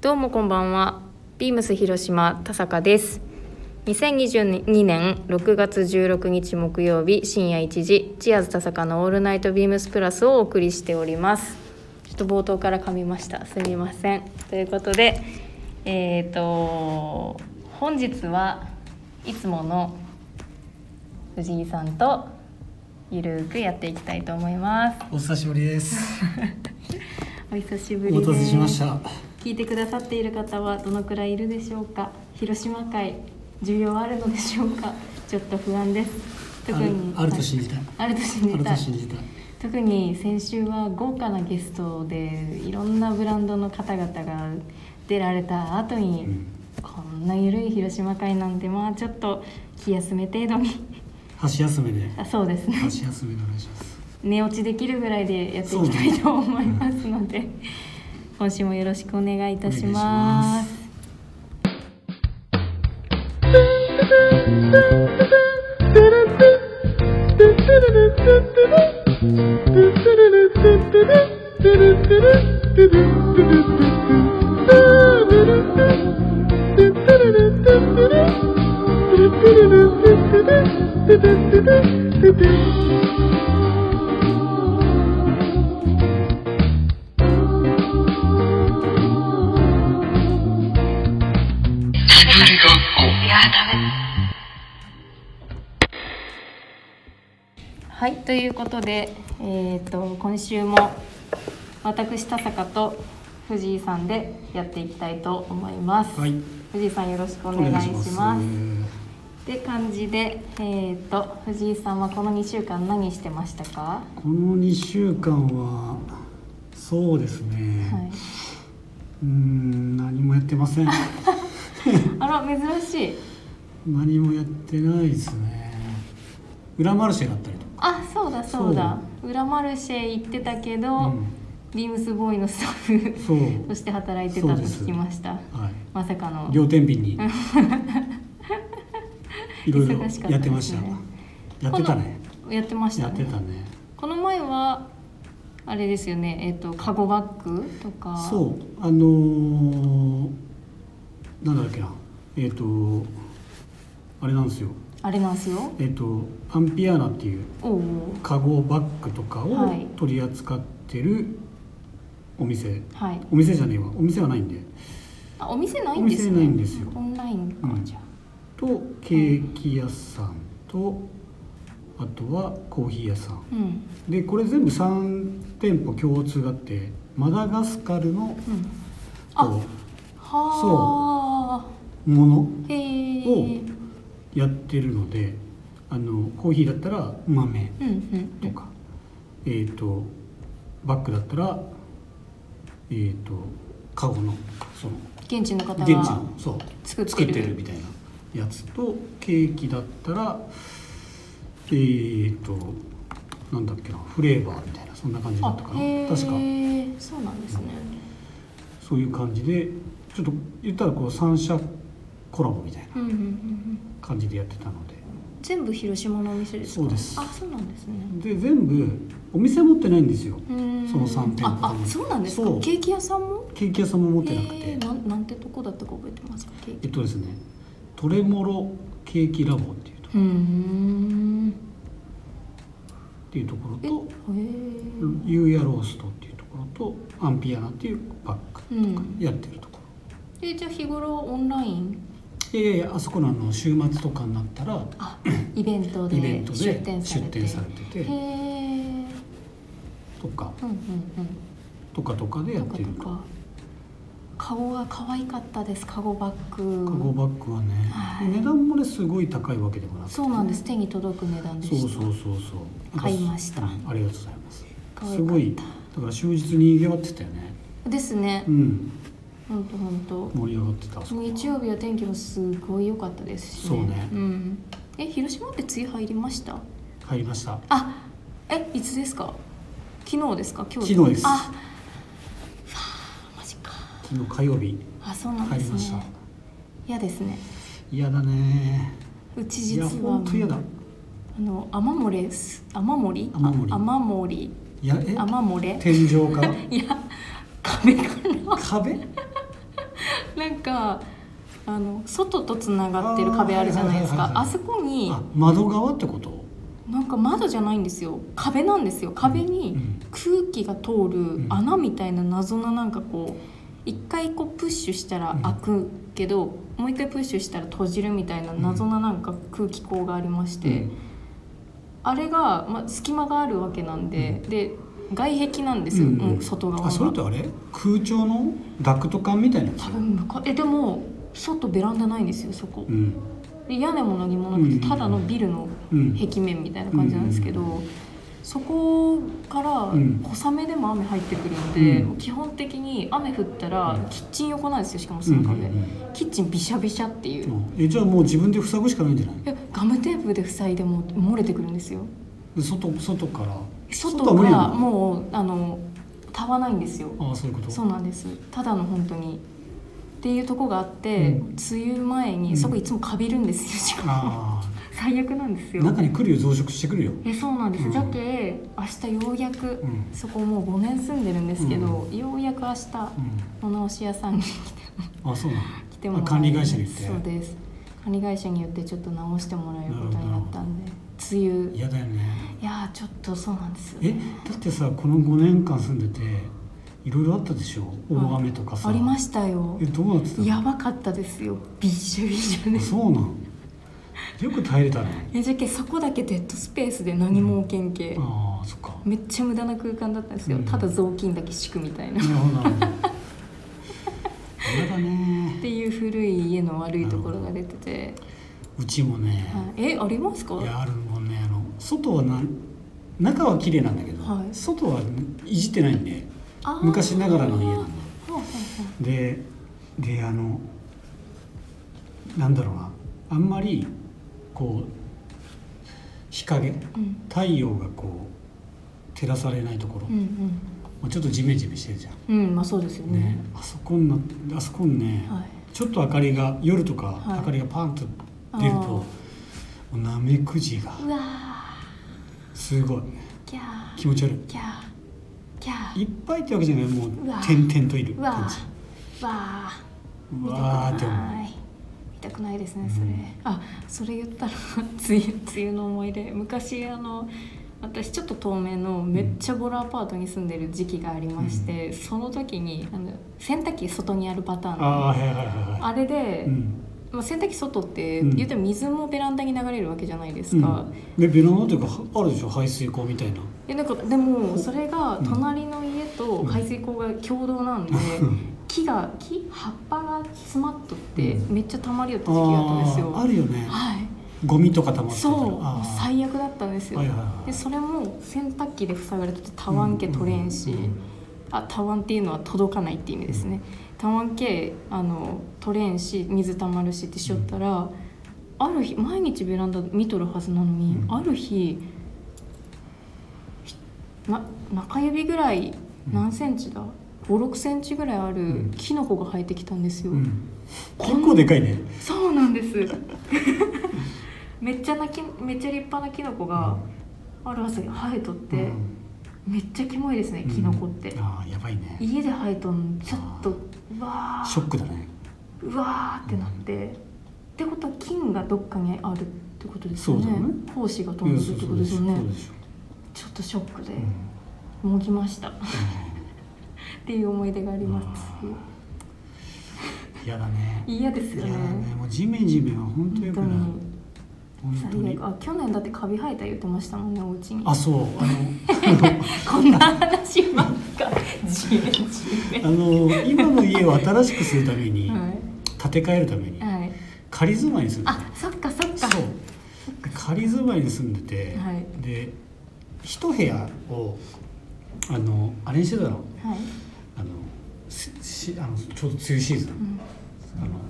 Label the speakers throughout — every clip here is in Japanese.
Speaker 1: どうもこんばんは。ビームス広島田坂です。2022年6月16日木曜日深夜1時、チアーズ田坂のオールナイトビームスプラスをお送りしております。ちょっと冒頭から噛みました。すみません。ということで、えっ、と本日はいつもの藤井さんとゆるーくやっていきたいと思います。
Speaker 2: お久しぶりです。
Speaker 1: お久し
Speaker 2: お
Speaker 1: ぶりです。
Speaker 2: 待たせしました。
Speaker 1: 聞いてくださっている方はどのくらいいるでしょうか広島会需要あるのでしょうかちょっと不安です特
Speaker 2: ある
Speaker 1: に
Speaker 2: あると信じたい。
Speaker 1: あると信
Speaker 2: あ
Speaker 1: じ
Speaker 2: る
Speaker 1: た
Speaker 2: と
Speaker 1: い
Speaker 2: 信じたい。
Speaker 1: 特に先週は豪華なゲストでいろんなブランドの方々が出られた後に、
Speaker 2: うん
Speaker 1: こんな緩い広島会なんてまあちょっと気休め程度に
Speaker 2: 箸休めで。
Speaker 1: あそうですね
Speaker 2: 箸休めでお願いします。
Speaker 1: 寝落ちできるぐらいでやっていきたいと思いますので、今週もよろしくお願いいたします。
Speaker 3: Thank you.
Speaker 1: はい、ということで、えー、と今週も私田坂と藤井さんでやっていきたいと思います。
Speaker 2: はい
Speaker 1: 藤井さんよろしくお
Speaker 2: お
Speaker 1: 願いします。
Speaker 2: 願
Speaker 1: って感じで、えー、と藤井さんはこの2週間何してましたか？
Speaker 2: この二週間はそうですね。
Speaker 1: はい、
Speaker 2: うーん何もやってません。
Speaker 1: あら珍しい。
Speaker 2: 何もやってないですね。裏マルシェだったりとか。
Speaker 1: あそうだそうだ裏マルシェ行ってたけど、
Speaker 2: うん
Speaker 1: ビームスボーイのスタッフ
Speaker 2: そう。
Speaker 1: として働いてたと聞きました
Speaker 2: はい。
Speaker 1: まさかの
Speaker 2: 両天 秤に。いろ
Speaker 1: 忙しかっ
Speaker 2: いろ
Speaker 1: たですね
Speaker 2: やってました。やってたね。
Speaker 1: このやってまし
Speaker 2: や
Speaker 1: た
Speaker 2: って
Speaker 1: ね
Speaker 2: たね。
Speaker 1: この前はあれですよねえっ、とカゴバッグとか
Speaker 2: そうあのー、なんだっけなえっ、とあれなんですよ
Speaker 1: あれなんですよ
Speaker 2: えっ、とアンピアーナっていう
Speaker 1: おう
Speaker 2: カゴバッグとかを
Speaker 1: はい
Speaker 2: 取り扱ってるお店、
Speaker 1: はい
Speaker 2: お店じゃねえわお店はないんで
Speaker 1: あお店ないんですね
Speaker 2: お店ないんですよ
Speaker 1: オンラインか、
Speaker 2: うん
Speaker 1: じゃ
Speaker 2: とケーキ屋さんとあとはコーヒー屋さん
Speaker 1: あうん
Speaker 2: でこれ全部3店舗共通があってマダガスカル
Speaker 1: う
Speaker 2: の
Speaker 1: んあ
Speaker 2: こ
Speaker 1: はあ
Speaker 2: うもの
Speaker 1: へえう
Speaker 2: を
Speaker 1: ん
Speaker 2: やってるのであのコーヒーだったら豆
Speaker 1: うんうん
Speaker 2: とか、えっ、とバッグだったらえっ、とカゴのその
Speaker 1: 現地の方
Speaker 2: 現地
Speaker 1: が
Speaker 2: のそう
Speaker 1: 作ってる
Speaker 2: 作ってるみたいなやつとケーキだったらえっ、となんだっけなフレーバーみたいなそんな感じだ
Speaker 1: あ
Speaker 2: ったかな
Speaker 1: へえ
Speaker 2: 確か
Speaker 1: そうなんですね、
Speaker 2: そういう感じでちょっと言ったらこう三社コラボみたいな
Speaker 1: うんうんうんうん
Speaker 2: 感じでやってたので
Speaker 1: 全部広島のお店ですか
Speaker 2: そうです
Speaker 1: あそうなんですね
Speaker 2: で全部お店持ってないんですよ
Speaker 1: うーん
Speaker 2: その三店舗
Speaker 1: ああそうなんですか
Speaker 2: そう
Speaker 1: ケーキ屋さんも
Speaker 2: ケーキ屋さんも持ってなくて、
Speaker 1: えー、なんなんてとこだったか覚えてますかケー
Speaker 2: え
Speaker 1: キ
Speaker 2: っとですねトレモロケーキラボっていうと
Speaker 1: うーん
Speaker 2: っていうところ
Speaker 1: えへ
Speaker 2: と
Speaker 1: ー
Speaker 2: ユーヤローストっていうところとアンピアナっていうバッ
Speaker 1: う
Speaker 2: グ
Speaker 1: ん
Speaker 2: やってるとこ
Speaker 1: えじゃあ日頃オンライン
Speaker 2: ろいやいやいやあそこのあの週末とかになったら
Speaker 1: あイベントで
Speaker 2: イベントで
Speaker 1: 出店されて
Speaker 2: 出店されてて
Speaker 1: へえ
Speaker 2: とか
Speaker 1: うんうん
Speaker 2: とかとかで
Speaker 1: う
Speaker 2: やっ
Speaker 1: んと
Speaker 2: てる
Speaker 1: かとかカゴが可愛かったですカゴバッグ
Speaker 2: カゴバッグはね
Speaker 1: はい
Speaker 2: 値段もねすごい高いわけでもなくて
Speaker 1: そうなんです手に届く値段で
Speaker 2: そ
Speaker 1: し
Speaker 2: う
Speaker 1: た
Speaker 2: そうそうそうなんか
Speaker 1: 買いました
Speaker 2: うんありがとうございます
Speaker 1: 可愛かった
Speaker 2: すごいだから終日に賑わってたよね
Speaker 1: ですね
Speaker 2: うん
Speaker 1: 本当本当。
Speaker 2: 盛り上がってたあそこ
Speaker 1: 日曜日は天気もすごい良かったですし、
Speaker 2: そうね
Speaker 1: ん、え広島って梅雨入りました
Speaker 2: 入りました
Speaker 1: あえいつですか昨日ですか今日
Speaker 2: 昨日です
Speaker 1: あはあマジか
Speaker 2: 昨日火曜日
Speaker 1: あそうなん
Speaker 2: 入
Speaker 1: で
Speaker 2: り
Speaker 1: す
Speaker 2: ました
Speaker 1: ね嫌ですね
Speaker 2: 嫌だね
Speaker 1: うち
Speaker 2: い
Speaker 1: 実
Speaker 2: や
Speaker 1: は
Speaker 2: 本当嫌だ
Speaker 1: あの雨漏れす雨漏り
Speaker 2: 雨漏り
Speaker 1: あ雨漏り
Speaker 2: いやえ
Speaker 1: 雨漏れ
Speaker 2: 天井から
Speaker 1: いや壁かな
Speaker 2: 壁
Speaker 1: なんかあの外とつながってる壁あるじゃないです
Speaker 2: あ
Speaker 1: か
Speaker 2: ーはいはいはいは
Speaker 1: あ
Speaker 2: い
Speaker 1: そこに
Speaker 2: あ窓側ってこと
Speaker 1: なんか窓じゃないんですよ壁なんですよ壁に
Speaker 2: うん
Speaker 1: 空気が通
Speaker 2: う
Speaker 1: る
Speaker 2: ん
Speaker 1: 穴みたいな謎のなんかこう一回こうプッシュしたら
Speaker 2: うん
Speaker 1: 開くけど、もう一回プッシュしたら閉じるみたいな謎のなんか空気口がありまして、
Speaker 2: うん
Speaker 1: あれが、まあ、隙間があるわけなんで、で外壁なんですよ、
Speaker 2: うん
Speaker 1: もう外側が
Speaker 2: あそれってあれ空調のダクト管みたいなやつ
Speaker 1: 多分向かえでも外ベランダないんですよそこ
Speaker 2: うん
Speaker 1: で屋根も何もなく
Speaker 2: うん
Speaker 1: てただのビルの
Speaker 2: うん
Speaker 1: 壁面みたいな感じなんですけど、そこから
Speaker 2: ん
Speaker 1: 小雨でも雨入ってくるので、
Speaker 2: うん
Speaker 1: 基本的に雨降った
Speaker 2: う
Speaker 1: ら
Speaker 2: ん
Speaker 1: キッチン横なんですよしかも
Speaker 2: う
Speaker 1: そ
Speaker 2: んう
Speaker 1: の
Speaker 2: ん
Speaker 1: 壁、キッチンビシャビシャっていうう、
Speaker 2: んえじゃあもう自分で塞ぐしかないんじゃない
Speaker 1: えガムテープで塞いでも漏れてくるんですよ
Speaker 2: 外外から
Speaker 1: 外
Speaker 2: 無理な
Speaker 1: が
Speaker 2: の
Speaker 1: もうあのたわないんですよ
Speaker 2: ああそういうこと
Speaker 1: そうなんですただの本当にっていうとこがあって、
Speaker 2: うん
Speaker 1: 梅雨前
Speaker 2: うん
Speaker 1: にそこいつもかびるんですよしかも
Speaker 2: あ
Speaker 1: 最悪なんです
Speaker 2: あ
Speaker 1: よ
Speaker 2: 中に来るよ増殖してくるよ
Speaker 1: えそうなんです、
Speaker 2: うん
Speaker 1: だけ明日ようやく、
Speaker 2: うん
Speaker 1: そこもう5年住んでるんですけど、ようやく明日物し屋さんに来
Speaker 2: うんあそうなの
Speaker 1: てもらえ
Speaker 2: あ管理会社に言って
Speaker 1: そうです管理会社によってちょっと直してもらえることになったんで梅雨い
Speaker 2: 嫌だよね
Speaker 1: やーちょっとそうなんですよ
Speaker 2: えだってさこの5年間住んでていろいろあったでしょ大雨とかさ
Speaker 1: ありましたよ
Speaker 2: えどうなってたの
Speaker 1: やばかったですよびしょびしょで
Speaker 2: あそうなんよく耐えれたね
Speaker 1: えじゃけそこだけデッドスペースで何も置けんけ、
Speaker 2: ああそっか
Speaker 1: めっちゃ無駄な空間だったんですよ、
Speaker 2: うん
Speaker 1: ただ雑巾だけ敷くみたいな
Speaker 2: なるほどなるほど嫌だね
Speaker 1: っていう古い家の悪いところが出てて、
Speaker 2: うちもね、
Speaker 1: はい、えありますか
Speaker 2: い、やあるもんねあの外はな中は綺麗なんだけど、
Speaker 1: はい
Speaker 2: 外はいじってないんで
Speaker 1: あー
Speaker 2: 昔ながらの家なんで
Speaker 1: はいはい
Speaker 2: でであのなんだろうなあんまりこう日陰
Speaker 1: はいうん
Speaker 2: 太陽がこう照らされないところ、
Speaker 1: う
Speaker 2: も
Speaker 1: ん
Speaker 2: うちょっとジメジメしてるじゃん、
Speaker 1: うんうんまあそうですよね
Speaker 2: ねあそこになあそこにね、
Speaker 1: はい
Speaker 2: ちょっと明かりが夜とか
Speaker 1: はい
Speaker 2: 明かりがパンと出ると、
Speaker 1: あー
Speaker 2: もうなめくじが
Speaker 1: うわ
Speaker 2: すごい
Speaker 1: ーキャー
Speaker 2: 気持ち悪い
Speaker 1: キャーキャー
Speaker 2: いっぱいってわけじゃないもう
Speaker 1: うわ
Speaker 2: 点々といる
Speaker 1: うわ
Speaker 2: 感じ
Speaker 1: ーわー
Speaker 2: うわーって
Speaker 1: 見
Speaker 2: 思う
Speaker 1: たくない見たくないですねそれ、
Speaker 2: うん
Speaker 1: あそれ言ったら梅雨梅雨の思い出昔あの私ちょっと透明のめっちゃボロアパートに住んでる時期がありまして、その時にあの洗濯機外にあるパターンの
Speaker 2: ああーはいはいはいは
Speaker 1: あれで、
Speaker 2: い、うん
Speaker 1: まあ、洗濯機外って
Speaker 2: うん
Speaker 1: 言っても水もベランダに流れるわけじゃないで
Speaker 2: う
Speaker 1: すか、
Speaker 2: ん、でベランダというかあるでしょ排水溝みたいな
Speaker 1: えなんかでもそれが隣の家と排水溝が共同なんで、木が木葉っぱが詰まっとって
Speaker 2: うん
Speaker 1: めっちゃ溜まりよった時期があったんですよ、
Speaker 2: あああるよね
Speaker 1: はい
Speaker 2: ゴミとか溜まってた
Speaker 1: そ
Speaker 2: ら
Speaker 1: う
Speaker 2: あー
Speaker 1: 最悪だったんですよ、
Speaker 2: はいはいはい
Speaker 1: でそれも洗濯機で塞がれとってたわんけ取れんし、
Speaker 2: うんうんうん
Speaker 1: あたわんっていうのは届かないっていう意味ですね、たわんけあの取れんし水たまるしってしよったら、ある日毎日ベランダ見とるはずなのに、
Speaker 2: うん
Speaker 1: ある日ひな中指ぐらい
Speaker 2: うん
Speaker 1: 何センチだ、56センチぐらいある
Speaker 2: ん
Speaker 1: キノコが生えてきたんですよ、
Speaker 2: うん、
Speaker 1: こん
Speaker 2: 結構でかいね
Speaker 1: そうなんです めっちゃなきめっちゃ立派なキノコがある朝に生えとって、
Speaker 2: うん
Speaker 1: めっちゃキモいですねキノコって、
Speaker 2: ああやばいね
Speaker 1: 家で生えとんちょっとうわ
Speaker 2: ショ
Speaker 1: ー
Speaker 2: ックだね
Speaker 1: うわーってなって、ってことは菌がどっかにあるってことですよ
Speaker 2: そう
Speaker 1: ね
Speaker 2: だね
Speaker 1: 胞子が飛
Speaker 2: うんん
Speaker 1: でる
Speaker 2: そ
Speaker 1: っ
Speaker 2: う
Speaker 1: て
Speaker 2: そ
Speaker 1: こと
Speaker 2: うで
Speaker 1: ですよ
Speaker 2: しょそう
Speaker 1: ね
Speaker 2: でしょ
Speaker 1: ちょっとショックで
Speaker 2: うん
Speaker 1: もぎました、っていう思い出があります
Speaker 2: 嫌だね
Speaker 1: 嫌です
Speaker 2: 嫌
Speaker 1: よ
Speaker 2: だ
Speaker 1: ね
Speaker 2: ねもうジメジメは本当よ
Speaker 1: 本当
Speaker 2: くない
Speaker 1: に
Speaker 2: 本当
Speaker 1: 最
Speaker 2: に
Speaker 1: 悪あ去年だってカビ生えた言ってましたもんねお家に
Speaker 2: あそう あの
Speaker 1: こんな話ばっか じめじめ
Speaker 2: あの今の家を新しくするために、
Speaker 1: は
Speaker 2: 建て替えるために
Speaker 1: い、はい、
Speaker 2: 仮住まいに住んで
Speaker 1: あそっかそっか
Speaker 2: たそうで仮住まいに住んでて、
Speaker 1: はい
Speaker 2: で一部屋をあのあれにしてたの
Speaker 1: はい、
Speaker 2: あのししあのちょうど梅雨シーズン
Speaker 1: う、ん、
Speaker 2: あの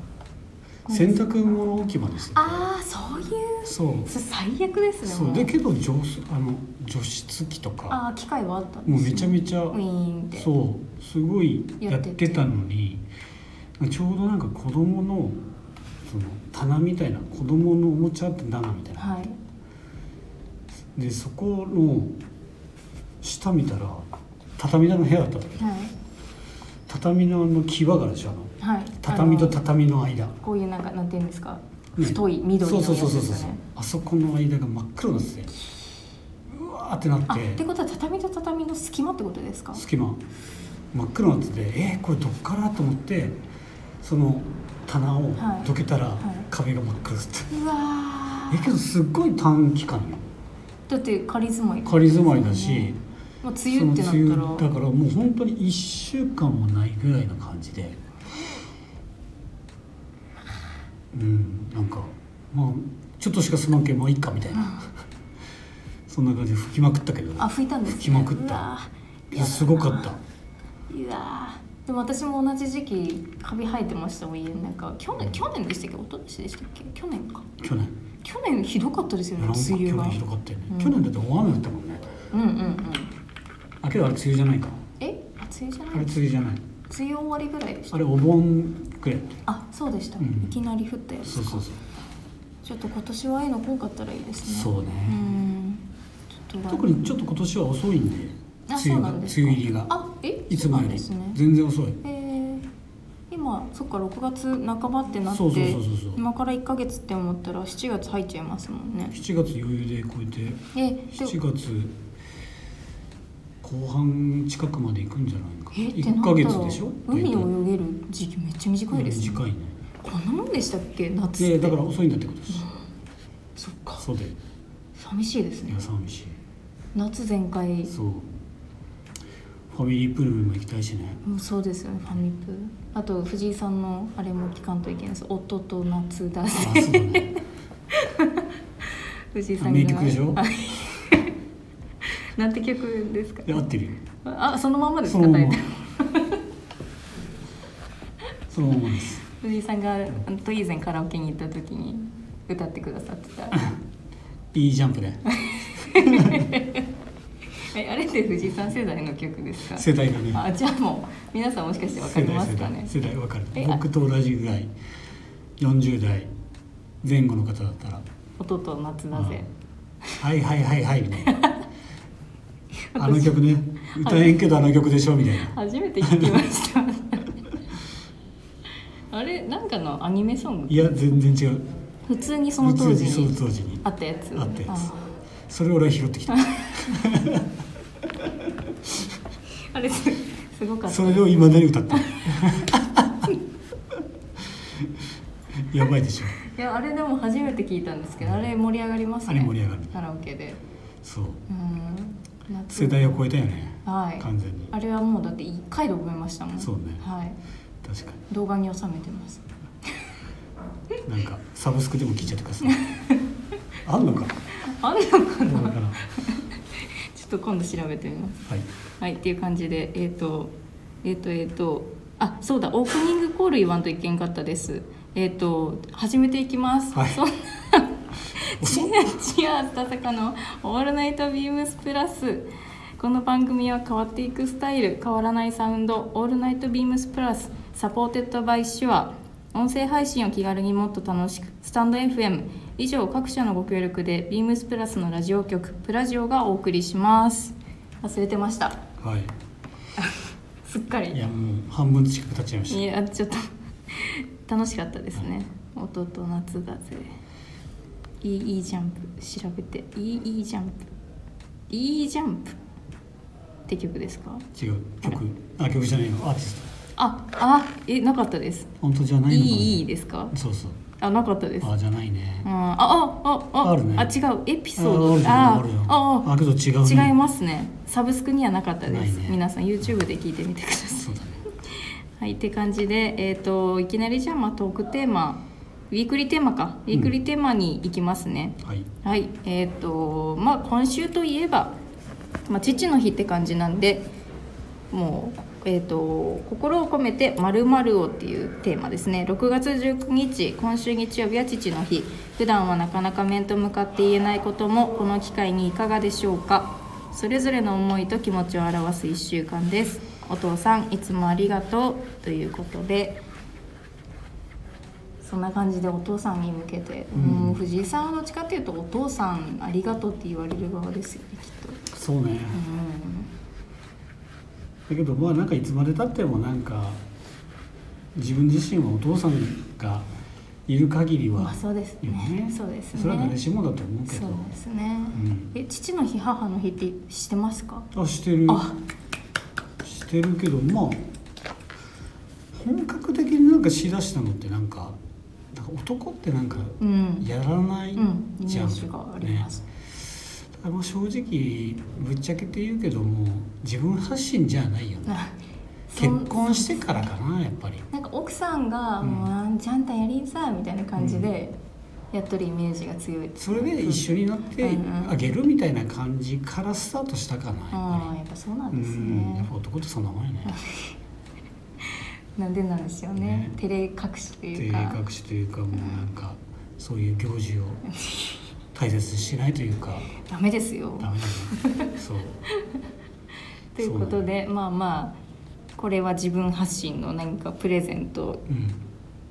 Speaker 2: 洗濯物置き場にしてて
Speaker 1: ああそういう
Speaker 2: そう
Speaker 1: それ最悪ですね
Speaker 2: そ
Speaker 1: も
Speaker 2: う
Speaker 1: う
Speaker 2: でけど除あの除湿機とか
Speaker 1: ああ機械はあったんですね
Speaker 2: もうめちゃめちゃ
Speaker 1: ウィーンって
Speaker 2: そうすごいや
Speaker 1: や
Speaker 2: っ
Speaker 1: ってて
Speaker 2: てたのにちょうどなんか子供のその棚みたいな子供のおもちゃ棚みたいな、
Speaker 1: はい
Speaker 2: でそこの下見たら畳棚の部屋だったんだけど
Speaker 1: はい
Speaker 2: 畳のあの際があるでしょあの
Speaker 1: はい
Speaker 2: 畳と
Speaker 1: あの
Speaker 2: 畳の間
Speaker 1: こういうなんかなんていうんですか、
Speaker 2: ね
Speaker 1: 太い緑の
Speaker 2: そ
Speaker 1: や
Speaker 2: う
Speaker 1: つ
Speaker 2: そ
Speaker 1: で
Speaker 2: うそうそうそう
Speaker 1: すよね
Speaker 2: あそこの間が真っ黒になっててうわーってなっ
Speaker 1: あ
Speaker 2: て
Speaker 1: ってことは畳と畳の隙間ってことですか
Speaker 2: 隙間真っ黒になっててえー、これどっからと思ってその棚を
Speaker 1: はい
Speaker 2: どけたら
Speaker 1: い
Speaker 2: 壁が真っ黒だった、
Speaker 1: うわ
Speaker 2: えけどすっごい短期間よ
Speaker 1: ーだって仮住まい
Speaker 2: 仮住まいだし、
Speaker 1: もう
Speaker 2: そ
Speaker 1: 梅雨
Speaker 2: の
Speaker 1: ってな
Speaker 2: 梅雨
Speaker 1: ったら
Speaker 2: だからもう本当に1週間もないぐらいの感じでうんなんかまあちょっとしかすまんけんまあいいかみたいな、そんな感じで吹きまくったけど
Speaker 1: あ拭いたんです、ね、
Speaker 2: 拭きまくった
Speaker 1: うわー
Speaker 2: いやすごかっ
Speaker 1: う
Speaker 2: た
Speaker 1: わーでも私も同じ時期カビ生えてましたもん家の中去年去年でしたっけ一昨年でしたっけ去年か
Speaker 2: 去年
Speaker 1: 去年ひどかったですよ
Speaker 2: い
Speaker 1: ね
Speaker 2: やなんか去
Speaker 1: 梅雨が
Speaker 2: 年ひどかったよね、
Speaker 1: うん
Speaker 2: 去年だって大雨だったもんね
Speaker 1: うんうんうん
Speaker 2: あけどあれ梅雨じゃないか
Speaker 1: えあ梅雨じゃな
Speaker 2: あ
Speaker 1: い
Speaker 2: れ梅雨じゃない
Speaker 1: 梅雨終わりぐらいでした
Speaker 2: あれお盆くらい
Speaker 1: あそうでした、
Speaker 2: うん
Speaker 1: いきなり降ったやつ
Speaker 2: そうそうそう
Speaker 1: ちょっと今年はああいうの来んかったらいいですね
Speaker 2: そうね
Speaker 1: うんちょっと
Speaker 2: 特にちょっと今年は遅いんで
Speaker 1: あ
Speaker 2: 梅
Speaker 1: そう
Speaker 2: 雨
Speaker 1: な
Speaker 2: が
Speaker 1: んで
Speaker 2: 梅雨
Speaker 1: すか
Speaker 2: 入りが
Speaker 1: あえ
Speaker 2: いつもより
Speaker 1: そうなんですね
Speaker 2: 全然遅い
Speaker 1: えー今そっか6月半ばってなって
Speaker 2: そうそうそうそうそう
Speaker 1: 今から1か月って思ったら7月入っちゃいますもんね
Speaker 2: 7月余裕で超えて
Speaker 1: えで
Speaker 2: 7月後半近くまで行くんじゃないか
Speaker 1: えーって
Speaker 2: 1
Speaker 1: な
Speaker 2: ヶ
Speaker 1: った
Speaker 2: 月
Speaker 1: ら
Speaker 2: でしょ
Speaker 1: 海
Speaker 2: 大
Speaker 1: を泳げる時期めっちゃ
Speaker 2: 体
Speaker 1: 短いですね
Speaker 2: 短いね
Speaker 1: こんなもんでしたっけ夏って
Speaker 2: でだから遅いんだってことです
Speaker 1: そっか
Speaker 2: そうで
Speaker 1: 寂しいです
Speaker 2: い
Speaker 1: ね
Speaker 2: や寂し
Speaker 1: 夏全開
Speaker 2: いそうファミリープールも行きたいしね
Speaker 1: もうそうですよねファミプあと藤井さんのあれも聞かんといけないです夫と夏だ
Speaker 2: あ
Speaker 1: し
Speaker 2: そうだ ね
Speaker 1: 藤井さん
Speaker 2: 名曲でしょ
Speaker 1: あなんて曲ですか
Speaker 2: で合ってるよ
Speaker 1: あそのまんまです
Speaker 2: そ
Speaker 1: か
Speaker 2: のま
Speaker 1: 大
Speaker 2: ま
Speaker 1: 体
Speaker 2: そのままです
Speaker 1: 藤井さんがあのと以前カラオケに行った時に歌ってくださってた
Speaker 2: いいジャンプで
Speaker 1: えあれって藤井さん世代の曲ですか
Speaker 2: 世代がね
Speaker 1: あじゃあもう皆さんもしかしてわかりますかね
Speaker 2: 世代世代世代わかる
Speaker 1: えあ
Speaker 2: 僕と同じぐらい40代前後の方だったら
Speaker 1: 音と夏だぜ
Speaker 2: 「はいはいは いはい」みたいな「あの曲ね歌えんけどあの曲でしょ」みたいな
Speaker 1: 初めて聞きました あれなんかのアニメソン
Speaker 2: い
Speaker 1: グ
Speaker 2: や全然違う
Speaker 1: 普通にその当時
Speaker 2: 普通に
Speaker 1: に
Speaker 2: その当時に
Speaker 1: あったやつ
Speaker 2: あったやつ
Speaker 1: あ
Speaker 2: それを俺は拾ってきた
Speaker 1: あれすすごかった
Speaker 2: それをいまだに 歌ったやばいでしょ
Speaker 1: いやあれでも初めて聞いたんですけどあれ盛り上がりますね
Speaker 2: あれ盛り上がる
Speaker 1: カラオケで
Speaker 2: そう
Speaker 1: うん夏
Speaker 2: 世代を超えたよね
Speaker 1: はい
Speaker 2: 完全に
Speaker 1: あれはもうだって一回で覚えましたもん
Speaker 2: そうね
Speaker 1: はい
Speaker 2: 確か
Speaker 1: 動画に収めてます
Speaker 2: になんかサブスクでも聞いちゃってく ださいあんのか
Speaker 1: あんなの
Speaker 2: あんのかな
Speaker 1: ちょっと今度調べてみます
Speaker 2: はい
Speaker 1: はいっていう感じでえっ、とえっ、とえっ、とあそうだオープニングコール言わんといけんかったですえっ、と始めていきます、
Speaker 2: はい
Speaker 1: そんな チアチアーズ田坂の「オールナイトビームスプラス」この番組は変わっていくスタイル変わらないサウンド「オールナイトビームスプラス」サポーテッドバイシュア音声配信を気軽にもっと楽しくスタンド FM 以上各社のご協力でビームスプラスのラジオ局プラジオがお送りします忘れてました
Speaker 2: はい
Speaker 1: すっかり
Speaker 2: いやもう半分近く経っちゃいまし
Speaker 1: いやちょっと楽しかったですね「弟夏だぜ」いいいいジャンプ調べて「いいいいジャンプ」「いいジャンプ」って曲ですか
Speaker 2: た違う曲あ曲じゃないよアーティス
Speaker 1: ああえなかったです
Speaker 2: ト本当じゃ
Speaker 1: 「
Speaker 2: ない
Speaker 1: い
Speaker 2: のかない
Speaker 1: いい」ですか
Speaker 2: そうそう
Speaker 1: あなかったです
Speaker 2: あじゃないね
Speaker 1: うんああああ
Speaker 2: あるね
Speaker 1: あ違うエピ
Speaker 2: あ
Speaker 1: ソー
Speaker 2: る
Speaker 1: ド
Speaker 2: よあるよ
Speaker 1: ああ
Speaker 2: あけど違うね
Speaker 1: 違いますねサブスクにはなかったで
Speaker 2: ない
Speaker 1: す、
Speaker 2: ね
Speaker 1: 皆さん YouTube で聞いてみてください
Speaker 2: そうだね
Speaker 1: はい、って感じで、えー、といきなりじゃあ、まあ、トークテーマウィークリーテーマかウィークリーテーマに行きますね、
Speaker 2: はい
Speaker 1: はいえっ、とまあ今週といえば、まあ、父の日って感じなんでもう、えー、と心を込めて「まるを」っていうテーマですね6月19日今週日曜日は父の日普段はなかなか面と向かって言えないこともこの機会にいかがでしょうかそれぞれの思いと気持ちを表す1週間ですお父さんいつもありがとうということでそんな感じでお父さんに向けて、
Speaker 2: うん
Speaker 1: うん、藤井さんはどっちかっていうとお父さんありがとうって言われる側ですよねきっと、
Speaker 2: そうね
Speaker 1: うん、
Speaker 2: だけどまあなんかいつまでたってもなんか自分自身はお父さんがいる限りは、
Speaker 1: まあそうですねそうですね
Speaker 2: それは誰しもだと思うけ
Speaker 1: そ
Speaker 2: ど
Speaker 1: うですね、
Speaker 2: うん
Speaker 1: え父の日母の日ってしてますか
Speaker 2: あしてる
Speaker 1: あ
Speaker 2: してるけどまあ本格的になんかしだしたのってなんかなんか男ってなんか
Speaker 1: うん
Speaker 2: やらない
Speaker 1: うんイメ
Speaker 2: じゃ
Speaker 1: ー
Speaker 2: ん、
Speaker 1: ジがあります、
Speaker 2: あの正直ぶっちゃけて言うけども自分発信じゃないよね
Speaker 1: なそん
Speaker 2: 結婚してからかなやっぱり
Speaker 1: なんか奥さんが「
Speaker 2: うん
Speaker 1: もうなんちゃんたやりんさ」みたいな感じでやっとるイメージが強い
Speaker 2: それで一緒になって
Speaker 1: うんうん
Speaker 2: あげるみたいな感じからスタートしたかなやっ
Speaker 1: あ
Speaker 2: ぱ
Speaker 1: あやっぱそうな
Speaker 2: り
Speaker 1: んです
Speaker 2: うんや
Speaker 1: ね
Speaker 2: っぱ男ってそんなもんやね
Speaker 1: なんでなんですよね
Speaker 2: ね
Speaker 1: 照れ隠しとい
Speaker 2: 定
Speaker 1: うか
Speaker 2: 隠しというかもうなんかそういう行事を大切にしないというか
Speaker 1: ダメですよ
Speaker 2: ダメだねそう
Speaker 1: ということでまあまあこれは自分発信の何かプレゼント
Speaker 2: うん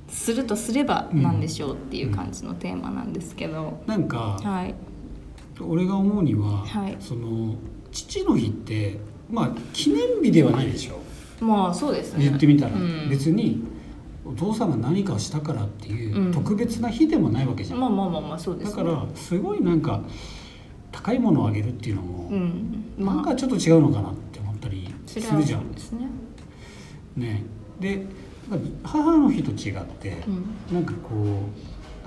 Speaker 1: するとすればなんでしょうっていう感じのテーマなんですけど、
Speaker 2: なんか
Speaker 1: はい
Speaker 2: 俺が思うには、
Speaker 1: はい
Speaker 2: その父の日ってまあ記念日ではないでしょ
Speaker 1: まあそうですね
Speaker 2: 言ってみたら、
Speaker 1: うん
Speaker 2: 別にお父さんが何かをしたからって
Speaker 1: う
Speaker 2: い
Speaker 1: ん
Speaker 2: う特別な日でもないわけじゃん、
Speaker 1: まあまあまあまあそうです
Speaker 2: だ
Speaker 1: ね
Speaker 2: からすごいなんか高いものをあげるっていうのも、
Speaker 1: うん
Speaker 2: なん
Speaker 1: ま
Speaker 2: か
Speaker 1: あ
Speaker 2: ちょっと違うのかなって思ったりす
Speaker 1: そ
Speaker 2: る
Speaker 1: れは
Speaker 2: じゃ
Speaker 1: そ
Speaker 2: ん
Speaker 1: うですね
Speaker 2: ねでなんか母の日と違って、
Speaker 1: うん
Speaker 2: なんかこう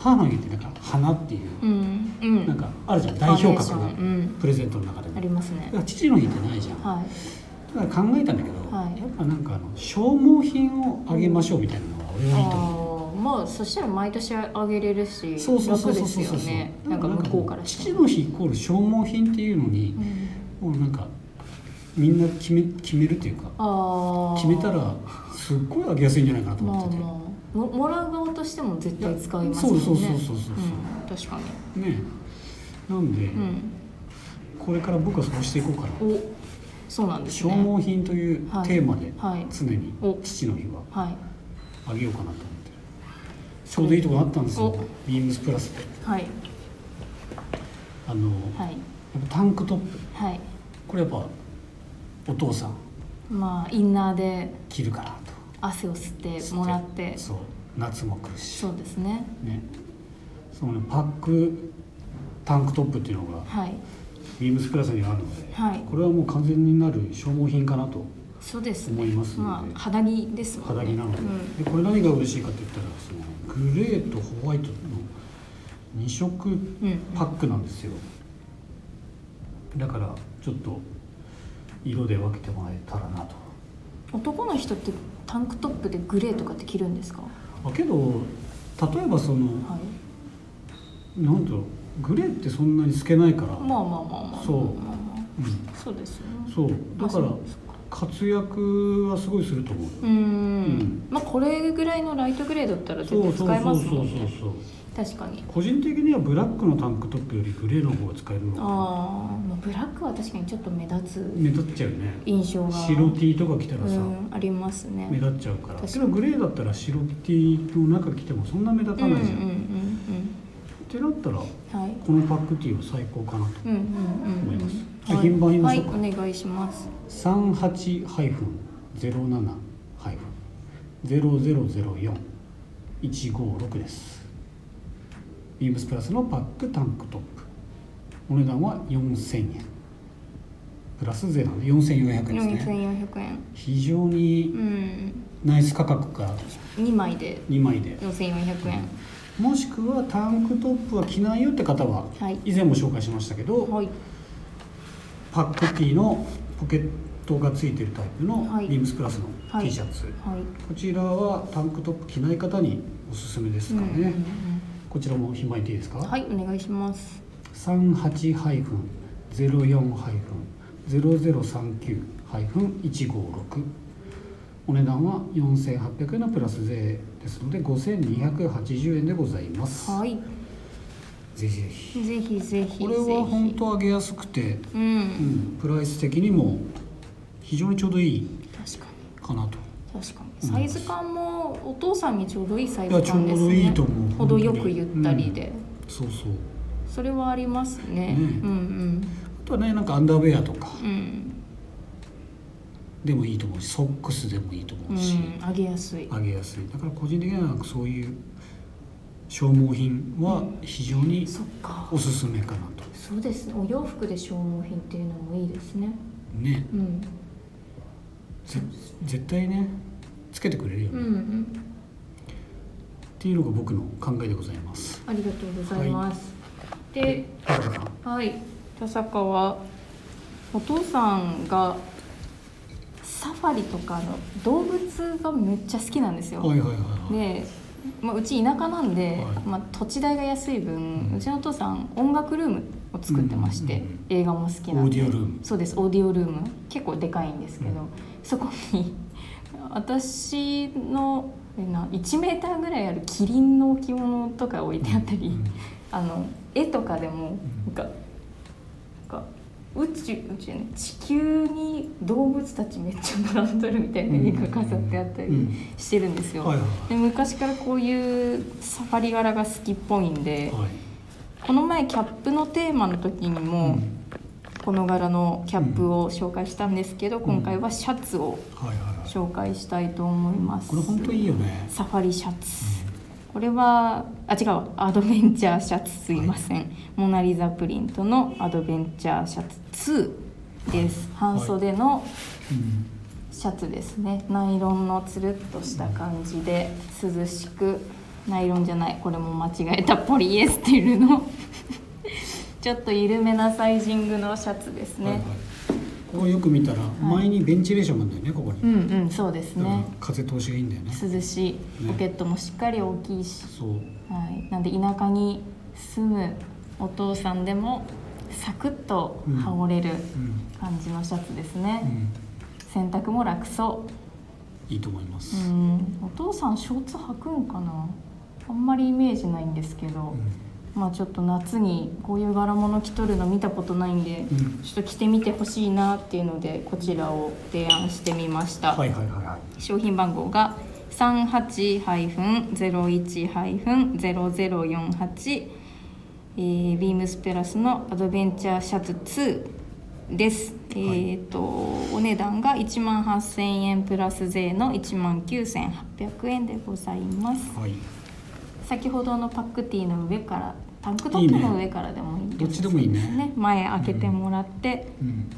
Speaker 2: 母の日ってなんか花っていう、
Speaker 1: うんうん
Speaker 2: なんかあるじゃん代表格が
Speaker 1: バリエーションうん
Speaker 2: プレゼントの中でも、
Speaker 1: あ
Speaker 2: だ
Speaker 1: りますね
Speaker 2: から父の日ってないじゃん
Speaker 1: はい
Speaker 2: だから考えたんだけど、
Speaker 1: はい
Speaker 2: やっぱなんかあの消耗品をあげましょうみたいなのは俺はいいと思う、
Speaker 1: ああまあそしたら毎年あげれるし
Speaker 2: そうそうそ
Speaker 1: 楽
Speaker 2: う
Speaker 1: で
Speaker 2: そ
Speaker 1: す
Speaker 2: うそう
Speaker 1: よ
Speaker 2: そう
Speaker 1: ねなんか向こうからして
Speaker 2: 父
Speaker 1: も
Speaker 2: の日イコール消耗品っていうのに
Speaker 1: う、ん
Speaker 2: もうなんかみんな決め決めるというか
Speaker 1: ああ
Speaker 2: 決めたらすっごいあげやすいんじゃないかなと
Speaker 1: まあ
Speaker 2: 思ってて、
Speaker 1: まあももらう側としても絶対使いますもんね
Speaker 2: そうそうそうそうそう
Speaker 1: うん確か
Speaker 2: ねなんで、
Speaker 1: にうん
Speaker 2: これから僕はそうしていこうかな
Speaker 1: おそうなんです
Speaker 2: 消
Speaker 1: ね
Speaker 2: 耗品というテーマで
Speaker 1: はい
Speaker 2: 常に
Speaker 1: お
Speaker 2: 父の日は
Speaker 1: はい
Speaker 2: あげようかなと思ってるちょうどいいとこあったんですよ
Speaker 1: お
Speaker 2: ビームスプラスで
Speaker 1: はい
Speaker 2: あの、や
Speaker 1: はい
Speaker 2: っぱタンクトップ
Speaker 1: はい
Speaker 2: これやっぱお父さん
Speaker 1: まあインナーで
Speaker 2: 着るから
Speaker 1: 汗を吸
Speaker 2: と
Speaker 1: ってもらって
Speaker 2: そう夏も来るし
Speaker 1: そうですね
Speaker 2: ねそのねパックタンクトップっていうのが
Speaker 1: はい
Speaker 2: ビームスプラスにはあるので、
Speaker 1: はい
Speaker 2: これはもう完全になる消耗品かなと
Speaker 1: そうですね
Speaker 2: 思いますので
Speaker 1: まあ肌着ですもんね
Speaker 2: 肌着なので,、
Speaker 1: うん
Speaker 2: でこれ何が嬉しいかって言ったらそのグレーとホワイトの2色
Speaker 1: うん
Speaker 2: パックなんですよ、だからちょっと色で分けてもらえたらなと
Speaker 1: 男の人ってタンクトップでグレーとかって着るんですかは
Speaker 2: あけど例えばその
Speaker 1: い
Speaker 2: 何だろうグレーってそんなに透けないから、
Speaker 1: まあまあまあまあ
Speaker 2: そう
Speaker 1: まあまあ
Speaker 2: うん、
Speaker 1: そうですよね
Speaker 2: そうだか
Speaker 1: まあ
Speaker 2: ら
Speaker 1: そうですか
Speaker 2: 活躍はすごいすると思う
Speaker 1: うーん
Speaker 2: うん
Speaker 1: まあこれぐらいのライトグレーだったら絶
Speaker 2: そう
Speaker 1: 対
Speaker 2: そう
Speaker 1: 使え
Speaker 2: そ
Speaker 1: ま
Speaker 2: う
Speaker 1: す
Speaker 2: そ
Speaker 1: も
Speaker 2: うんそう
Speaker 1: ね
Speaker 2: そう
Speaker 1: 確かに
Speaker 2: 個人的にはブラックのタンクトップよりグレーの方が使えるの
Speaker 1: ああ
Speaker 2: が
Speaker 1: まあブラックは確かにちょっと目立つ
Speaker 2: 目立っちゃうよね
Speaker 1: 印象が
Speaker 2: 白 T とか着たら
Speaker 1: う
Speaker 2: さ、
Speaker 1: んありますね
Speaker 2: 目立っちゃうから
Speaker 1: 確
Speaker 2: け
Speaker 1: かに
Speaker 2: どグレーだったら白 T の中着てもそんな目立たないじゃん、
Speaker 1: うんうん
Speaker 2: ってなったら
Speaker 1: うんうんはい
Speaker 2: このパックティーは最高かなと
Speaker 1: うんうんうん
Speaker 2: 思います
Speaker 1: うん
Speaker 2: あ品番言いま
Speaker 1: は
Speaker 2: し
Speaker 1: い
Speaker 2: ょうか
Speaker 1: はいお願いします
Speaker 2: 38-07-0004156ですビームスプラスのパックタンクトップお値段は4000円プラスゼロで4400円ですね
Speaker 1: 4400円
Speaker 2: 非常
Speaker 1: う
Speaker 2: に
Speaker 1: ん
Speaker 2: ナイス価格が
Speaker 1: 2枚で
Speaker 2: 2枚で
Speaker 1: 4400円
Speaker 2: もしくはタンクトップは着ないよって方は
Speaker 1: はい
Speaker 2: 以前も紹介しましたけど、
Speaker 1: はい
Speaker 2: パックティーのポケットがついてるタイプの
Speaker 1: はい
Speaker 2: ビームスプラスの T シャツ、
Speaker 1: はい
Speaker 2: こちらはタンクトップ着ない方におすすめですかね、
Speaker 1: うんうん
Speaker 2: こちらもひまいていいですか、
Speaker 1: うんはいお願いします
Speaker 2: 38-04-0039-156お値段は4800円のプラス税ですので5280円でございます、
Speaker 1: はい
Speaker 2: ぜひぜひ
Speaker 1: ぜひぜひ
Speaker 2: これは本当上げやすくて、
Speaker 1: う
Speaker 2: うんん、プライス的にも非常にちょうどいい
Speaker 1: 確かに
Speaker 2: かなと
Speaker 1: 確かにサイズ感もお父さんにちょうどいいサイズ
Speaker 2: いやちょ
Speaker 1: 感
Speaker 2: う
Speaker 1: です
Speaker 2: どい
Speaker 1: ね
Speaker 2: いと思う
Speaker 1: 程よくゆったりで
Speaker 2: そうそう
Speaker 1: それはありますね
Speaker 2: ね
Speaker 1: うん
Speaker 2: あとはねなんかアンダーウェアとか
Speaker 1: うんうん
Speaker 2: でもいいと思うしソックスでもいいと
Speaker 1: う
Speaker 2: 思うし、
Speaker 1: ん、上げやすい。
Speaker 2: 上げやすいだから個人的にはそういう消耗品は非常に
Speaker 1: そっか
Speaker 2: お。すすめかなと
Speaker 1: そうですね。お洋服で消耗品っていうのもいいですね。
Speaker 2: ね
Speaker 1: うん。
Speaker 2: ぜ絶対ねつけてくれるよ
Speaker 1: う
Speaker 2: ね、
Speaker 1: んう
Speaker 2: っ
Speaker 1: ん。
Speaker 2: ていうのが僕の考えでございます
Speaker 1: ありがとうございます。で、
Speaker 2: だから
Speaker 1: はい。田坂はお父さんがサファリとかの動物がめっちゃ好きなんですよ。
Speaker 2: はいはいはいはい、
Speaker 1: で、まあ、うち田舎なんで、
Speaker 2: はい
Speaker 1: まあ、土地代が安い分、
Speaker 2: う
Speaker 1: うんちのお父さん音楽ルームを作ってまして、
Speaker 2: うんうんうん
Speaker 1: 映画も好きな
Speaker 2: オー
Speaker 1: ん
Speaker 2: デ
Speaker 1: で
Speaker 2: ィオルーム
Speaker 1: そうですオーディオルーム結構でかいんですけど、
Speaker 2: うん
Speaker 1: そこに私のえな1メーターぐらいあるキリンの置物とか置いてあったり、
Speaker 2: うん
Speaker 1: あの絵とかでも
Speaker 2: うん
Speaker 1: なんか,、なんか宇宙宇宙ね地球に動物たちめっちゃ並んでるみたいな絵が飾ってあったり。
Speaker 2: うん
Speaker 1: してるんですよ、
Speaker 2: はいはい
Speaker 1: で昔からこういうサファリ柄が好きっぽいんで、
Speaker 2: はい
Speaker 1: この前キャップのテーマの時にも、この柄のキャップを紹介したんですけど、
Speaker 2: ん
Speaker 1: 今回はシャツを
Speaker 2: はいはいはい
Speaker 1: 紹介したいと思います
Speaker 2: これ本当いいよね
Speaker 1: サファリシャツこれはあ違うわアドベンチャーシャツすいません、モナ・リザプリントのアドベンチャーシャツ2です半袖の
Speaker 2: うん
Speaker 1: シャツですねナイロンのつるっとした感じで涼しくナイロンじゃないこれも間違えたポリエステルの ちょっと緩めなサイジングのシャツですね、
Speaker 2: はいはい、ここよく見たら前にベンチレーションがあるんだよねここに、
Speaker 1: うんうんそうです
Speaker 2: だから
Speaker 1: ね
Speaker 2: 風通しがいいんだよね
Speaker 1: 涼しいポケットもしっかり大きいし、
Speaker 2: そう
Speaker 1: はい、なんで田舎に住むお父さんでもサクッと羽織れる
Speaker 2: うん、
Speaker 1: 感じのシャツです
Speaker 2: う
Speaker 1: ね、
Speaker 2: ん、
Speaker 1: 洗濯も楽そう
Speaker 2: いいと思います、
Speaker 1: うん、お父さんショーツ履くんかなあんまりイメージないんですけど、
Speaker 2: う
Speaker 1: まあちょっと夏にこういう柄物着とるの見たことないんで、
Speaker 2: んうん、
Speaker 1: ちょっと着てみてほしいなっていうのでこちらを提案してみました、
Speaker 2: はいはいはいはい
Speaker 1: 商品番号が38-01-0048えー、ビームスプラスのアドベンチャーシャツ2です、
Speaker 2: はい
Speaker 1: えー、とお値段が1万8000円プラス税の1万9800円でございます
Speaker 2: はい
Speaker 1: 先ほどのパックティーの上からタンクトップの上からでもいい
Speaker 2: どっちでもいい
Speaker 1: ですね
Speaker 2: ね
Speaker 1: 前開けてもらって、
Speaker 2: うん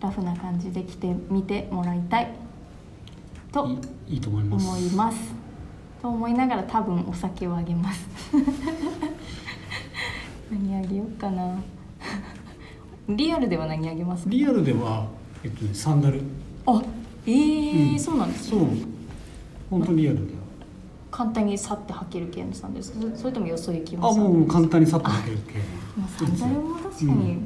Speaker 1: ラフな感じで着てみてもらいたいと
Speaker 2: いいいと思います
Speaker 1: 思いますと思いながら多分お酒をあげます 何あげようかな リアルでは何あげますか
Speaker 2: リアルではえっとねサンダル
Speaker 1: あえー
Speaker 2: うん
Speaker 1: そうなんです
Speaker 2: そう
Speaker 1: ね
Speaker 2: 本当にリアルだよ
Speaker 1: 簡単にさって履ける系のさんですそれともよそ行き
Speaker 2: あ
Speaker 1: ます
Speaker 2: もう簡単にサッと履ける
Speaker 1: まあサンダルも確かに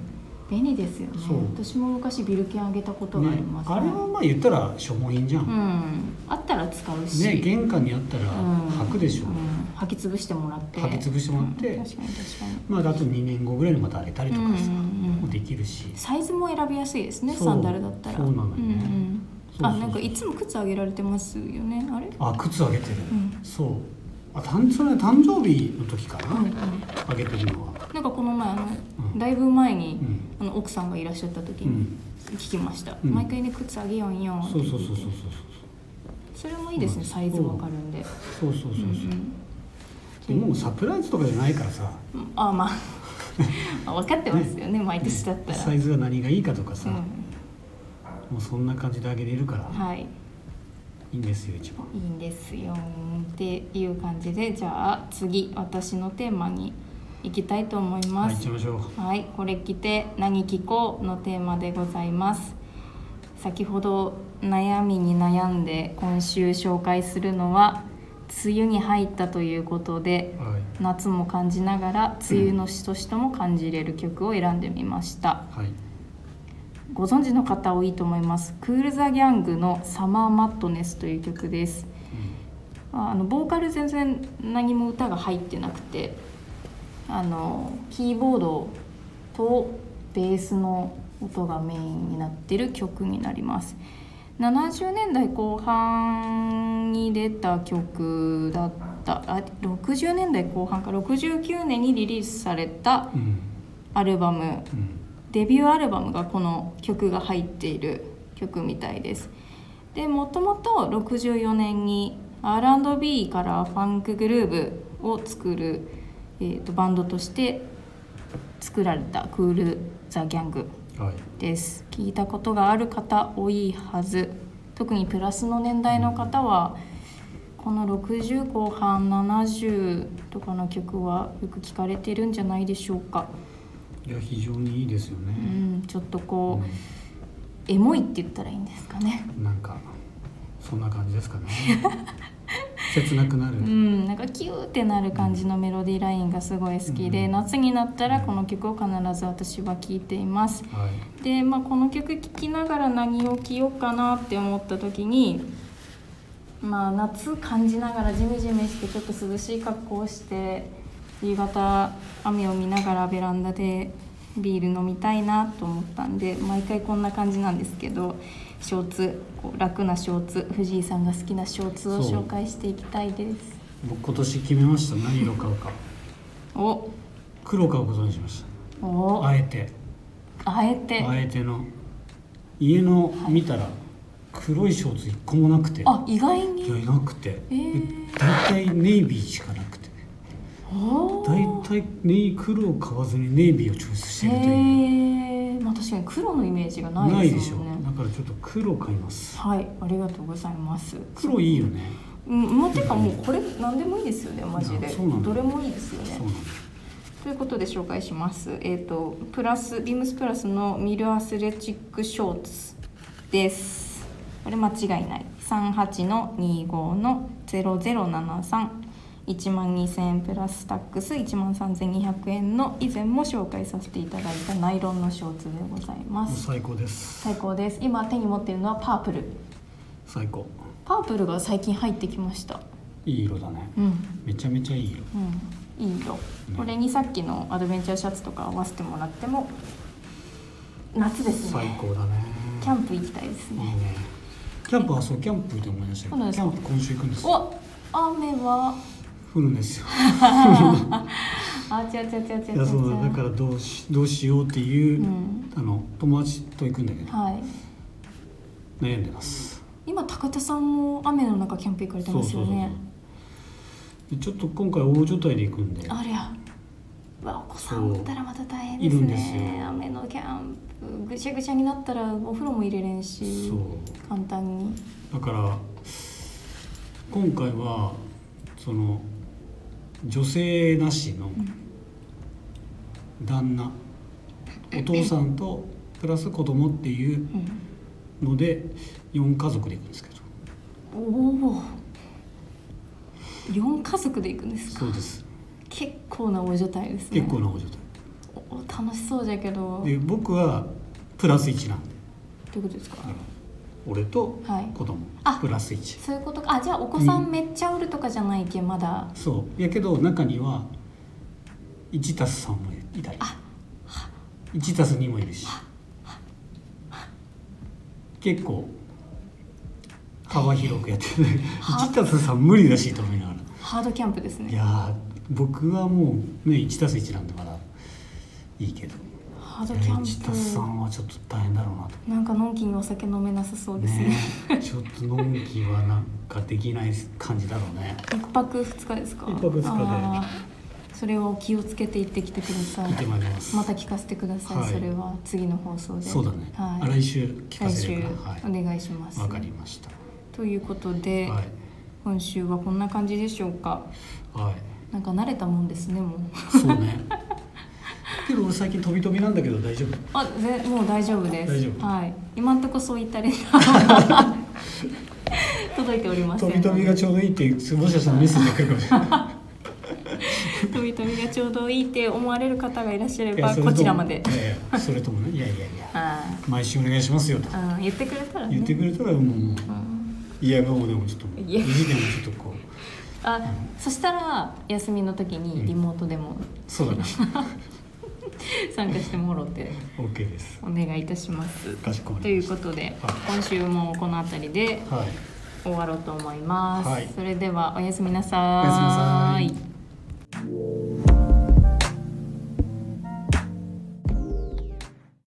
Speaker 1: 便利ですよね、
Speaker 2: そう
Speaker 1: 私も昔ビルケンあげたこと
Speaker 2: 系、
Speaker 1: があ
Speaker 2: ね
Speaker 1: ります、
Speaker 2: あれはまあ言ったら消耗品じゃ、
Speaker 1: うんんあったら使うし
Speaker 2: ね玄関にあった
Speaker 1: う
Speaker 2: ら
Speaker 1: ん
Speaker 2: 履くでしょ、
Speaker 1: うん履き潰してもらって
Speaker 2: 履き潰してもらって
Speaker 1: うん確かに確かに
Speaker 2: まああと2年後ぐらいにまた上げたりとかさ、
Speaker 1: うんうんうん
Speaker 2: できるし
Speaker 1: サイズも選びやすいですね
Speaker 2: そう
Speaker 1: サンダルだったら
Speaker 2: そうなのよね
Speaker 1: んん
Speaker 2: そうそう
Speaker 1: あ
Speaker 2: そう
Speaker 1: なんかいつも靴あげられてますよねあれ
Speaker 2: あ靴上げてる、
Speaker 1: うん
Speaker 2: そうあ誕それ誕生日の時か
Speaker 1: うんう
Speaker 2: な、
Speaker 1: ん
Speaker 2: 上げてるのは
Speaker 1: なんかこの前あの、
Speaker 2: うん
Speaker 1: だいぶ前に
Speaker 2: う、ん、
Speaker 1: あの奥さんがいらっしゃった時
Speaker 2: う
Speaker 1: に
Speaker 2: ん、
Speaker 1: 聞きました、
Speaker 2: うん
Speaker 1: 毎回ね靴あげようんよ
Speaker 2: そうそうそうそうそう
Speaker 1: うそれもいいですねサイズわかるんで
Speaker 2: そうそうそうそうそ
Speaker 1: う
Speaker 2: う
Speaker 1: んうん
Speaker 2: でもうサプライズとかじゃないからさ
Speaker 1: あ まあ分かってますよね毎年だったら、
Speaker 2: サイズが何がいいかとかさ、
Speaker 1: うん、
Speaker 2: もうそんな感じであげれるから
Speaker 1: はい
Speaker 2: いいんですよ一番
Speaker 1: いいんですよっていう感じでじゃあ次私のテーマに行きたいと思いま
Speaker 2: はい行っ
Speaker 1: す
Speaker 2: ちゃいましょう
Speaker 1: はい、これ着て何着こうのテーマでございます先ほど悩みに悩んで今週紹介するのは梅雨に入ったということで
Speaker 2: はい
Speaker 1: 夏も感じながら梅雨のしとしとも感じれる曲を選んでみました、
Speaker 2: はい
Speaker 1: ご存知の方多いと思いますクール・ザ・ギャングの「サマー・マットネス」という曲ですああのボーカル全然何も歌が入ってなくてあのキーボードとベースの音がメインになってる曲になります70年代後半に出た曲だったあ60年代後半か69年にリリースされた
Speaker 2: うん
Speaker 1: アルバム
Speaker 2: うん
Speaker 1: デビューアルバムがこの曲が入っている曲みたいですでもともと64年に R&B からファンクグルーブを作る、えー、とバンドとして作られたクール・ザ・ギャング
Speaker 2: はい
Speaker 1: です聞いたことがある方多いはず特にプラスの年代の方はこの60後半70とかの曲はよく聞かれてるんじゃないでしょうか、
Speaker 2: いや非常にいいですよ
Speaker 1: う
Speaker 2: ね、
Speaker 1: ん、ちょっと
Speaker 2: う
Speaker 1: こう
Speaker 2: ん
Speaker 1: エモいって言ったらいいんですかね
Speaker 2: なんかそんな感じですかね切なくなる、
Speaker 1: うん、なんかキューってなる感じのメロディーラインがすごい好きで、
Speaker 2: うん
Speaker 1: 夏になったらこの曲を必ず私は聴いています
Speaker 2: はい
Speaker 1: で、まあ、この曲聴きながら何を着ようかなって思った時に、まあ、夏感じながらジメジメしてちょっと涼しい格好をして夕方雨を見ながらベランダでビール飲みたいなと思ったんで毎回こんな感じなんですけどショーツこう楽なショーツ藤井さんが好きなショーツを
Speaker 2: そう
Speaker 1: 紹介していきたいです。
Speaker 2: 僕今年決めました何色買うか
Speaker 1: お
Speaker 2: 黒買うことにしまし
Speaker 1: お
Speaker 2: たあえて
Speaker 1: あえて
Speaker 2: あえての家の見たら黒いショーツ一個もなくて、
Speaker 1: あ意外
Speaker 2: いや
Speaker 1: に
Speaker 2: いなくて、
Speaker 1: えー
Speaker 2: 大体ネイビーしかなくて
Speaker 1: お
Speaker 2: 大
Speaker 1: ー
Speaker 2: 体ネイ黒を買わずにネイビーをチョイスしてるという
Speaker 1: へえまあ確かに黒のイメージがない
Speaker 2: ないで
Speaker 1: で
Speaker 2: し
Speaker 1: す
Speaker 2: ょ
Speaker 1: もんね
Speaker 2: だからちょっと黒買います
Speaker 1: はいありがとうございます
Speaker 2: 黒いいよね
Speaker 1: うんもうてかもうこれ何でもいいですよねマジ
Speaker 2: い
Speaker 1: で
Speaker 2: やそうなんだ
Speaker 1: どれもいいですよ
Speaker 2: そう
Speaker 1: ね
Speaker 2: なんです
Speaker 1: ということで紹介しますえっ、とプラスビームスプラスのミルアスレチックショーツですこれ間違いない38の25の0073 1万2000円プラスタックス1万3200円の以前も紹介させていただいたナイロンのショーツでございま
Speaker 2: もう
Speaker 1: す
Speaker 2: 最高です
Speaker 1: 最高です今手に持っているのはパープル
Speaker 2: 最高
Speaker 1: パープルが最近入ってきました
Speaker 2: いい色だね
Speaker 1: うん
Speaker 2: めちゃめちゃいい色
Speaker 1: うん、いい色、これにさっきのアドベンチャーシャツとか合わせてもらっても夏です
Speaker 2: 最
Speaker 1: ね
Speaker 2: 高だね
Speaker 1: キャンプ行きたいです
Speaker 2: いい
Speaker 1: ね、
Speaker 2: ねキャンプはそうキャンプで思い出した
Speaker 1: そうなん
Speaker 2: よ
Speaker 1: です
Speaker 2: キ
Speaker 1: か
Speaker 2: ャンプ今週行くんですよ
Speaker 1: お雨は
Speaker 2: 降るんですよ
Speaker 1: あ違う違う違う違う違
Speaker 2: いやそうだだかららどうしどうしようっていう、
Speaker 1: うん
Speaker 2: あの友達と行くんだけど
Speaker 1: はい
Speaker 2: 悩んでます
Speaker 1: 今高田さんも雨の中キャンプ行かれてますよね
Speaker 2: でちょっと今回大所帯で行くんで
Speaker 1: ありゃうわお子さんだったらまた大変で
Speaker 2: そ
Speaker 1: す
Speaker 2: ういるんです
Speaker 1: ね
Speaker 2: よ
Speaker 1: 雨のキャンプぐちゃぐちゃになったらお風呂も入れれんし
Speaker 2: そう
Speaker 1: 簡単に
Speaker 2: だから今回はその女性なしの旦那、お父さんとプラス子供っていう
Speaker 1: うん
Speaker 2: ので4家族で行くんですけど
Speaker 1: おお4家族で行くんですか
Speaker 2: そうです
Speaker 1: 結構な大所帯ですね
Speaker 2: 結構な大所
Speaker 1: おお楽しそうじゃけどどう
Speaker 2: 帯で僕はプラス1なんで
Speaker 1: いうことですか
Speaker 2: あの俺と
Speaker 1: はい
Speaker 2: 子供、
Speaker 1: あ
Speaker 2: プラス1
Speaker 1: そういうことかあじゃあお子さ
Speaker 2: うんん
Speaker 1: めっちゃおるとかじゃないけまだ
Speaker 2: そうやけど中には1たす3もいたり1たす2もいるし結構幅広くやってる1たす3無理だしと思いながら
Speaker 1: ハードキャンプです
Speaker 2: い
Speaker 1: ね
Speaker 2: やー僕はもうね1たす1なんでまだいいけど
Speaker 1: ハードキャ
Speaker 2: 1たす
Speaker 1: ン
Speaker 2: 3はちょっと大変だろうな
Speaker 1: プなんかのんきにお酒飲めなさそう
Speaker 2: と
Speaker 1: ですね
Speaker 2: ねちょっとのんきはなんかできない感じだろうね
Speaker 1: 一泊二日ですか
Speaker 2: 一泊二日で
Speaker 1: あーそれを気をつけて行ってきてください
Speaker 2: 行ってまいります
Speaker 1: また聞かせてください、
Speaker 2: はい
Speaker 1: それは次の放送で
Speaker 2: そうだね、
Speaker 1: はい、
Speaker 2: 来週聞か
Speaker 1: 来
Speaker 2: せ
Speaker 1: 週
Speaker 2: るからはい
Speaker 1: お願いします、
Speaker 2: わかりました。
Speaker 1: ということで、
Speaker 2: はい。
Speaker 1: 今週はこんな感じでしょうか
Speaker 2: は
Speaker 1: なんか慣れたもんですねもう
Speaker 2: い。そうね。 けど俺最近飛び飛びなんだけど大丈夫。
Speaker 1: あぜもう大丈夫です
Speaker 2: 大丈夫
Speaker 1: はい今んとこそういったレター は届いておりません
Speaker 2: 飛び飛びがちょうどいいっていうもしかしたらメッセージが来るかもしれない。
Speaker 1: 飛び飛びがちょうどいいって思われる方がいらっしゃれ
Speaker 2: いや
Speaker 1: ば
Speaker 2: それとも
Speaker 1: こちらまで
Speaker 2: いやいやそれともねいやいやいや
Speaker 1: は
Speaker 2: 毎週お願いしますよと
Speaker 1: いうん言ってくれたらね
Speaker 2: 言ってくれたらもう
Speaker 1: うん
Speaker 2: いやもうでもちょっと
Speaker 1: いや
Speaker 2: 意地でもちょっとこう
Speaker 1: あそしたら休みの時にリモートでも
Speaker 2: そうだね。
Speaker 1: 参加してもろって
Speaker 2: オッケーです。
Speaker 1: お願いいたします
Speaker 2: かしこま
Speaker 1: とい
Speaker 2: りま
Speaker 1: う
Speaker 2: し
Speaker 1: ことで
Speaker 2: は
Speaker 1: 今週もこの辺りで
Speaker 2: た。はい。
Speaker 1: 終わろうと思います、
Speaker 2: はい
Speaker 1: それではおやすみな
Speaker 2: おやすみ
Speaker 1: さ
Speaker 2: なさ
Speaker 1: ー
Speaker 2: い
Speaker 1: い